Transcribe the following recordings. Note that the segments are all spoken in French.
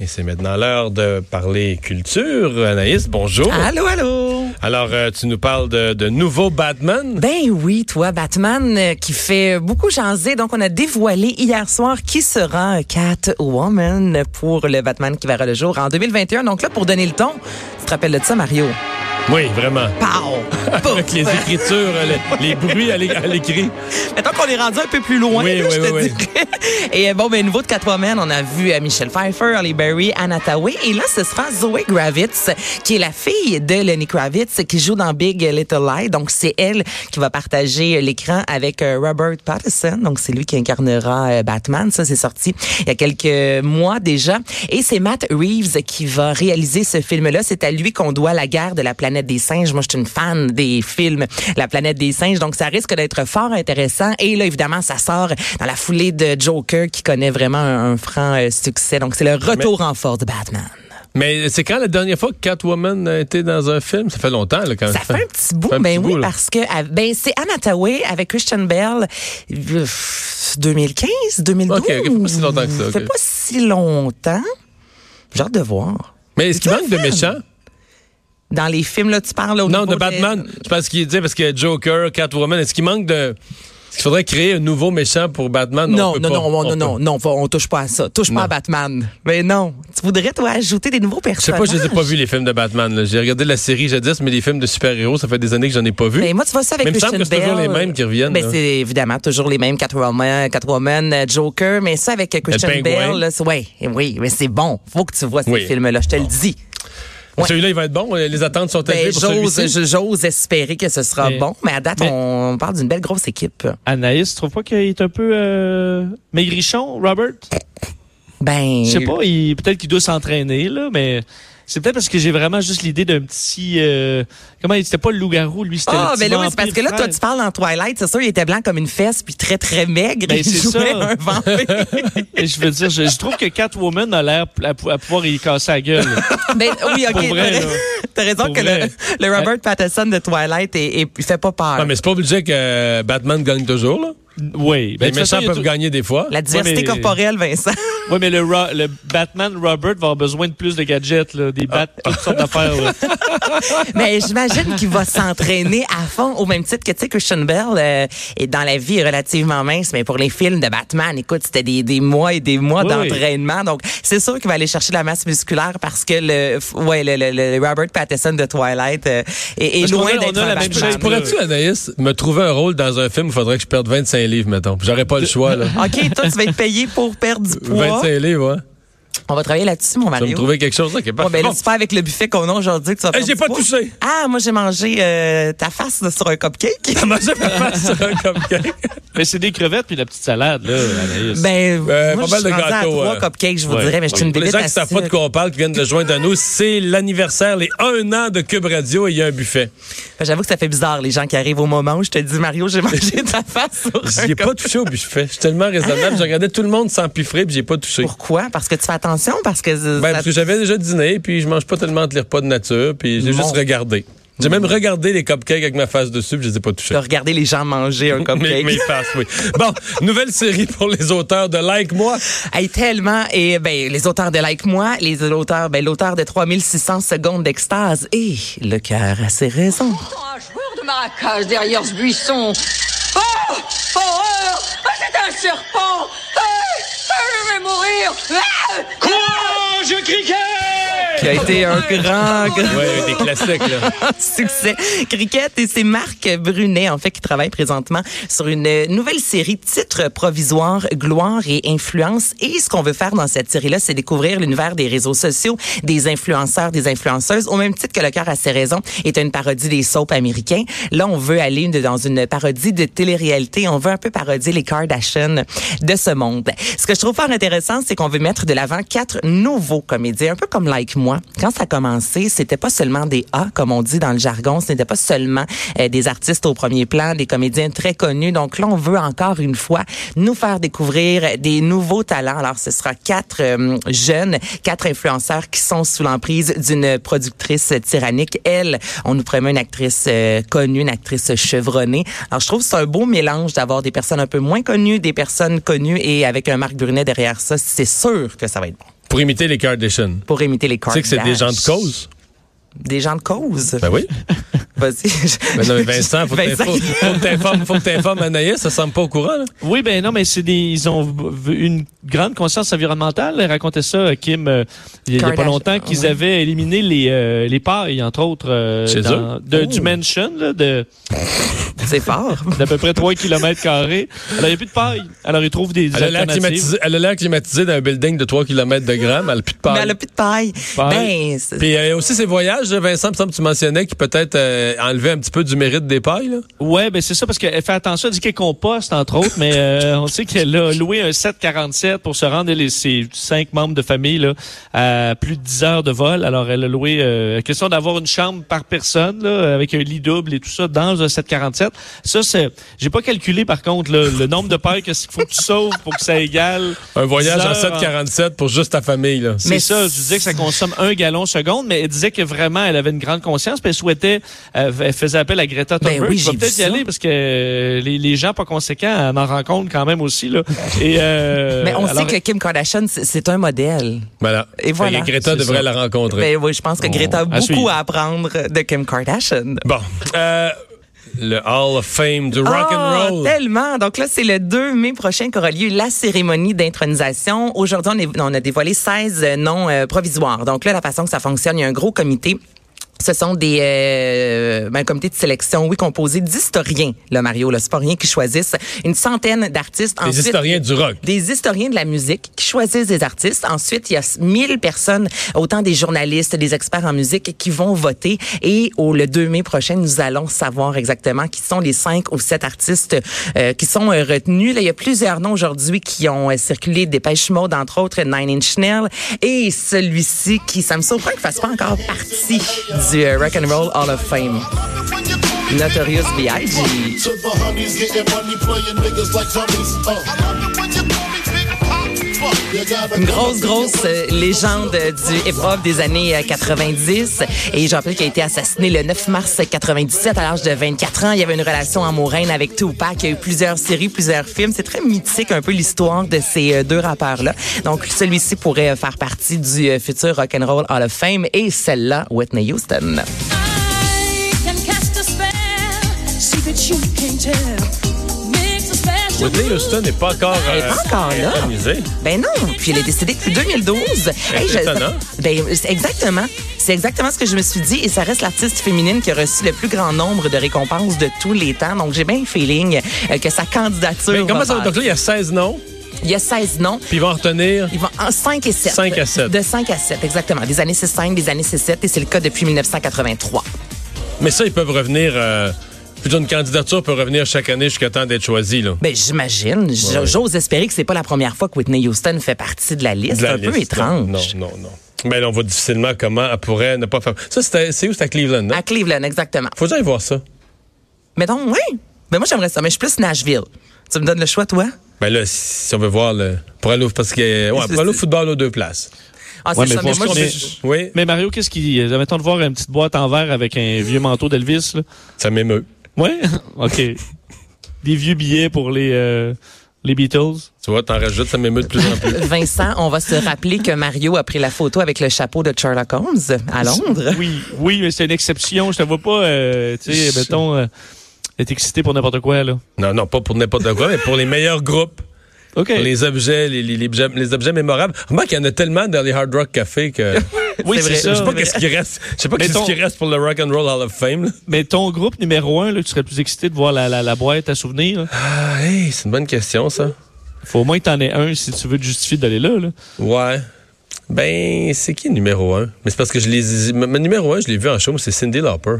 Et c'est maintenant l'heure de parler culture. Anaïs, bonjour. Allô, allô. Alors, euh, tu nous parles de, de nouveau Batman. Ben oui, toi, Batman, euh, qui fait beaucoup jaser. Donc, on a dévoilé hier soir qui sera euh, Catwoman pour le Batman qui verra le jour en 2021. Donc là, pour donner le ton, tu te rappelles de ça, Mario? Oui, vraiment. Pow! Avec les écritures, euh, les, les bruits à l'é- à l'écrit. Mettons qu'on est rendu un peu plus loin, Oui, là, oui, je te oui, oui. dirais. Et euh, bon, ben, nouveau de Catwoman, on a vu euh, Michelle Pfeiffer, Halle Berry, Anna Tawai. Et là, ce sera Zoe Kravitz, qui est la fille de Lenny Kravitz, qui joue dans Big Little Lie. Donc, c'est elle qui va partager euh, l'écran avec euh, Robert Pattinson. Donc, c'est lui qui incarnera euh, Batman. Ça, c'est sorti il y a quelques mois Euh, déjà. Et c'est Matt Reeves qui va réaliser ce film-là. C'est à lui qu'on doit la guerre de la planète des singes. Moi, je suis une fan des films La planète des singes. Donc, ça risque d'être fort intéressant. Et là, évidemment, ça sort dans la foulée de Joker qui connaît vraiment un, un franc euh, succès. Donc, c'est le retour en force de Batman. Mais c'est quand la dernière fois que Catwoman a été dans un film? Ça fait longtemps, là, quand Ça fait un petit bout, ben oui, là. parce que ah, ben c'est Anna Tawai avec Christian Bale, euh, 2015, 2012. Ok, ok, fait pas si longtemps que ça, ok. Fait pas si longtemps. J'ai hâte de voir. Mais est-ce qu'il manque de méchants? Dans les films là, tu parles là, au Non, niveau de Batman. Je pense qu'il disait parce que Joker, Catwoman, est-ce qu'il manque de. Est-ce qu'il faudrait créer un nouveau méchant pour Batman? Non, On peut non, pas. non, On non, non, peut- non, non, va- on touche pas à ça. Touche Non. pas à Batman. Mais non, tu voudrais toi ajouter des nouveaux Je sais personnages. pas, je les ai pas vus, les films de Batman. là. J'ai regardé la série jadis, mais les films de super-héros, ça fait des années que j'en ai pas vu. Mais moi, tu vois ça avec Mais il me Christian semble que c'est toujours Bale. les mêmes qui reviennent, Ben, là. c'est évidemment toujours les mêmes, Catwoman, Catwoman, euh, Joker, mais ça avec euh, Christian pingouin. Bale, là, c'est- ouais, eh oui, mais c'est bon. Faut que tu vois ces Oui. films-là, je te le dis. Ouais. Celui-là, il va être bon. Les attentes sont élevées Ben, pour j'ose, celui-ci. je- j'ose espérer que ce sera Mais- bon, mais à date, mais- on parle d'une belle grosse équipe. Anaïs, tu trouves pas qu'il est un peu euh, maigrichon, Robert? Ben, Je sais pas, il, peut-être qu'il doit s'entraîner, là, mais c'est peut-être parce que j'ai vraiment juste l'idée d'un petit... euh, comment, il- c'était pas le loup-garou, lui, c'était Ah, le petit ben là, oui, c'est parce vampire que là, toi, frère. tu parles dans Twilight, c'est sûr, il était blanc comme une fesse, puis très, très maigre. Ben, il c'est jouait ça. un vampire. Et Je veux dire, je, je trouve que Catwoman a l'air p- à, pou- à pouvoir y casser la gueule. Ben, oui, OK. Pour vrai, t'as- là. T'as raison Pour que le, vrai. le Robert Pattinson de Twilight, est- est- il fait pas peur. Non, mais c'est pas obligé que euh, Batman gagne toujours. Là. oui. Ben, les méchants peuvent gagner des fois. La diversité mais- corporelle, Vincent. Oui, mais le, Ro- le Batman Robert va avoir besoin de plus de gadgets, là, des bats, Ah. toutes sortes d'affaires. là. mais j'imagine qu'il va s'entraîner à fond, au même titre que, tu sais, Christian Bell est dans la vie relativement mince, mais pour les films de Batman, écoute, c'était des, des mois et des mois Oui, oui. d'entraînement. Donc, c'est sûr qu'il va aller chercher de la masse musculaire parce que le, f- ouais, le, le- le Robert Pattinson de Twilight euh, est, est Parce qu'on loin a- on d'être a un la même Batman. chose pour Pourrais-tu, Anaïs, me trouver un rôle dans un film où il faudrait que je perde 25 livres, mettons? J'aurais pas le choix, là. OK, toi, tu vas être payé pour perdre du poids. 25 livres, ouais. On va travailler là-dessus, Tu mon vas me Mario. trouver quelque chose, là, qui est Ouais, parfait. ben là, Bon. tu fais avec le buffet qu'on a aujourd'hui que tu vas Hey, faire j'ai du pas poids. touché. Ah, moi, j'ai mangé euh, ta face là, sur un cupcake. Comment je peux faire sur un cupcake? mais c'est des crevettes puis la petite salade, là, Anaïs. Ben, Euh, moi, pas je mal suis de rendue à gâteaux, trois euh, cupcakes, je vous ouais. dirais, mais je suis une Pour les bébête gens qui savent pas de assidue. quoi on parle, qui viennent de joindre à nous, c'est l'anniversaire, les un an de Cube Radio et il y a un buffet. J'avoue que ça fait bizarre, les gens qui arrivent au moment où je te dis, Mario, j'ai mangé ta face sur un J'y ai pas touché au buffet. Je suis tellement raisonnable. Je regardais tout le monde s'empiffrer puis j'ai pas touché. Pourquoi? Parce que tu fais attention? Parce que... ça- Ben, parce que j'avais déjà dîné, puis je mange pas tellement de les repas de nature, puis j'ai Mon- juste regardé. J'ai même regardé les cupcakes avec ma face dessus, puis je les ai pas touchés. de regarder les gens manger un Mes, cupcake. mes faces, oui. Bon, nouvelle série pour les auteurs de Like Moi. Hey, tellement. Et ben, les auteurs de Like Moi, les auteurs, ben, l'auteur de 3600 secondes d'extase et le cœur a ses raisons. Pourtant, un joueur de maracas derrière ce buisson. Oh Horreur Ah, C'est un serpent Ah, ah, Je vais mourir Ah Qui a été un grand, grand Ouais, des classiques, là. succès. Cricket et c'est Marc Brunet, en fait, qui travaille présentement sur une euh, nouvelle série titre provisoire, gloire et influence. Et ce qu'on veut faire dans cette série-là, c'est découvrir l'univers des réseaux sociaux, des influenceurs, des influenceuses, au même titre que Le cœur à ses raisons est une parodie des soaps américains. Là, on veut aller de- dans une parodie de télé-réalité. On veut un peu parodier les Kardashian de ce monde. Ce que je trouve fort intéressant, c'est qu'on veut mettre de l'avant quatre nouveaux comédiens, un peu comme Like Moi. Quand ça a commencé, c'était pas seulement des A, comme on dit dans le jargon. Ce n'était pas seulement euh, des artistes au premier plan, des comédiens très connus. Donc là, on veut encore une fois nous faire découvrir des nouveaux talents. Alors, ce sera quatre euh, jeunes, quatre influenceurs qui sont sous l'emprise d'une productrice tyrannique. Elle, on nous promet une actrice euh, connue, une actrice chevronnée. Alors, je trouve que c'est un beau mélange d'avoir des personnes un peu moins connues, des personnes connues et avec un Marc Brunet derrière ça, c'est sûr que ça va être bon. Pour imiter les Kardashians. pour imiter les Tu sais que c'est des gens de Kardashians. cause? Des gens de cause. Ben oui. Vas-y. Je- Ben non, mais Vincent, faut que Vincent, t'info- faut que t'informes, faut que t'informes Anaïs, ça semble pas au courant, là. Oui, ben non, mais c'est des, ils ont v- une grande conscience environnementale. Elle racontait ça, euh, Kim, euh, il y a- il y a pas Kardashian, longtemps, qu'ils oui. avaient éliminé les, euh, les pailles, entre autres, euh, Chez dans- de- Oh. du mansion, là, de, C'est fort. d'à peu près 3 km carrés. Alors, il n'y a plus de paille. Alors, ils trouvent des Elle a l'air alternatives. climatisée, elle a l'air climatisée d'un building de 3 km de grand, mais elle a plus de Mais paille. elle a plus de paille. Paille. Ben, c'est- Puis euh, aussi ces voyages, Vincent, il me semble que tu mentionnais qui peut-être euh, enlever un petit peu du mérite des pailles, là. Ouais, ben c'est ça, parce qu'elle fait attention, elle dit qu'elle composte, entre autres, mais euh, on sait qu'elle a loué un 747 pour se rendre, elle et ses cinq membres de famille, là, à plus de 10 heures de vol. Alors, elle a loué, euh, question d'avoir une chambre par personne, là, avec un lit double et tout ça, dans un 747. Ça, c'est, j'ai pas calculé, par contre, là, le nombre de pailles que- qu'il faut que tu sauves pour que ça égale. Un voyage 10 en heures 747 pour juste ta famille, là. c'est Mais ça, je disais que ça consomme un gallon seconde, mais elle disait que vraiment, elle avait une grande conscience, puis elle souhaitait, elle, elle faisait appel à Greta Ben Thunberg. oui, je vais j'ai peut-être vu y ça. aller parce que euh, les, les gens pas conséquents, on en rencontre quand même aussi là. Et euh, mais on alors, sait que Kim Kardashian, c'est- c'est un modèle. Voilà. Et voilà. Fait que Greta C'est devrait ça. la rencontrer. Ben oui, je pense que Greta a à beaucoup suivre. à apprendre de Kim Kardashian. Bon. Euh, le Hall of Fame du rock Ah, and roll. tellement. Donc là, c'est le 2 mai prochain qu'aura lieu la cérémonie d'intronisation. Aujourd'hui, on, est- on a dévoilé 16 euh, noms euh, provisoires. Donc là, la façon que ça fonctionne, il y a un gros comité. Ce sont des euh, ben, un comité de sélection, oui, composé d'historiens, là, Mario, là, c'est pas rien qui choisissent une centaine d'artistes. Les Ensuite, historiens du rock. des historiens de la musique qui choisissent des artistes. Ensuite, il y a 1000 personnes, autant des journalistes, des experts en musique, qui vont voter. Et au, le 2 mai prochain, nous allons savoir exactement qui sont les cinq ou sept artistes euh, qui sont euh, retenus. Là, il y a plusieurs noms aujourd'hui qui ont euh, circulé, Dépêche Mode, entre autres, Nine Inch Nails, et celui-ci qui, ça me surprend qu'il fasse pas encore partie du euh, Rock and Roll Hall of Fame. Notorious B.I.G. To the honeys, getting money, playing niggas like zombies. Uh. You gotta Une grosse, grosse euh, légende euh, du hip-hop des années euh, 90. Et je rappelle qu'il a été assassiné le 9 mars 97 à l'âge de 24 ans. Il y avait une relation amoureuse avec Tupac. Il y a eu plusieurs séries, plusieurs films. C'est très mythique un peu l'histoire de ces euh, deux rappeurs-là. Donc, celui-ci pourrait euh, faire partie du euh, futur Rock'n'Roll Hall of Fame et celle-là, Whitney Houston. I can cast a spell, see that you can't tell. Makes a special Whitney Houston n'est pas encore. Elle est pas encore là. intronisée. Ben non, puis elle est décédée depuis 2012. Hey, je- Eh, étonnant. ben, c'est exactement. C'est exactement ce que je me suis dit et ça reste l'artiste féminine qui a reçu le plus grand nombre de récompenses de tous les temps. Donc j'ai bien le feeling euh, que sa candidature. Mais Ben, comment ça va? faire. Donc là, il y a 16 noms, Il y a 16 noms. puis ils vont en retenir. Ils vont en 5 et 7. 5 à 7. De 5 à 7, exactement. Des années 6-5, des années 6-7, et c'est le cas depuis 1983. Mais ça, ils peuvent revenir. Euh, je veux dire, une candidature peut revenir chaque année jusqu'à temps d'être choisie, là. Ben, j'imagine. J- J'ose espérer que c'est pas la première fois que Whitney Houston fait partie de la liste. De la un peu liste. étrange. Non, non, non. Mais là, on voit difficilement comment elle pourrait ne pas faire. Ça, c'était- c'est où? C'est à Cleveland, non? À Cleveland, exactement. Faut déjà aller voir ça. Mettons, oui. Mais moi, j'aimerais ça. Mais je suis plus Nashville. Tu me donnes le choix, toi? Ben là, si on veut voir le. Pour aller au, parce que, ouais, pour aller au football aux deux places. Ah, Ouais, mais ça, pour ce moi, qu'on je- est- Oui, Mais Mario, qu'est-ce qui, euh, mettons de voir une petite boîte en verre avec un vieux manteau d'Elvis là. ça m'émeut. Ouais, ok. Des vieux billets pour les euh, les Beatles. Tu vois, t'en rajoutes, ça m'émeut de plus en plus. Vincent, on va se rappeler que Mario a pris la photo avec le chapeau de Sherlock Holmes à Londres. Oui, oui, mais c'est une exception. Je te vois pas, euh, tu sais, mettons, euh, être excité pour n'importe quoi, là. Non, non, pas pour n'importe quoi, mais pour les meilleurs groupes, OK. pour les objets, les, les- les objets, les objets mémorables. Remarque qu'il y en a tellement dans les Hard Rock Café que. oui, c'est vrai. c'est Je ça. sais pas qu'est-ce qui reste. Je sais pas qu'est-ce Mettons- qui reste pour le Rock and Roll Hall of Fame. là. Mais ton groupe numéro un, là, que tu serais plus excité de voir la, la, la boîte à souvenirs. là. Ah, hey, c'est une bonne question, ça. Faut au moins que t'en aies un si tu veux te justifier d'aller là, là. Ouais. Ben, c'est qui numéro un? Mais c'est parce que je les. Ma ma numéro un, je l'ai vu en show, mais c'est Cindy Lauper,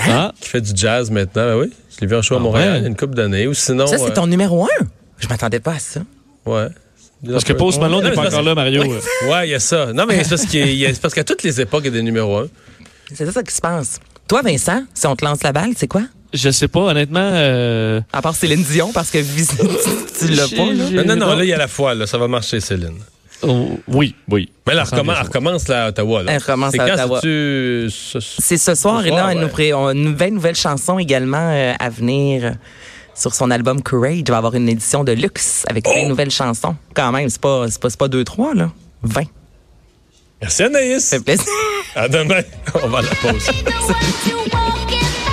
Ah, qui fait du jazz maintenant. Ben oui, je l'ai vu en show à Ah Montréal il y a ouais? une couple d'années. Ou sinon. Ça, c'est ton numéro un. Je m'attendais pas à ça. euh, ouais. parce que Post Malone n'est pas encore là, Mario. euh. Ouais, il y a ça. Non, mais c'est parce qu'il y a- c'est parce qu'à toutes les époques, il y a des numéros un. C'est ça qui se passe. Toi, Vincent, si on te lance la balle, c'est quoi? Je sais pas, honnêtement. euh, À part Céline Dion, parce que vis- tu l'as pas, là. Non, non, non, là, il y a la fois, là. Ça va marcher, Céline. Oh, oui, oui. Mais là, elle Ça sent recommence, bien ça. elle recommence là, à Ottawa. Là. Elle recommence C'est à quand, Ottawa. c'est-tu ce- ce- C'est ce soir, Ce et là, soir, elle ouais. nous pré- on a une belle nouvelle chanson également euh, à venir euh, sur son album Courage. Il va Oh! avoir une édition de luxe avec plein de nouvelles chansons. Quand même, c'est pas, c'est pas, c'est pas deux, trois, là. 20. Merci Anaïs. Ça fait plaisir. À demain. On va à la pause. Know what you walking